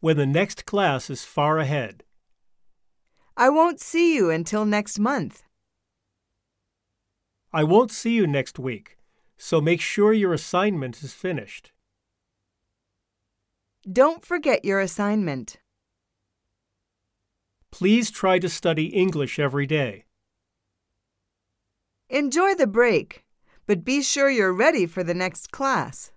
when the next class is far ahead. I won't see you until next month. I won't see you next week, so make sure your assignment is finished. Don't forget your assignment. Please try to study English every day. Enjoy the break, but be sure you're ready for the next class.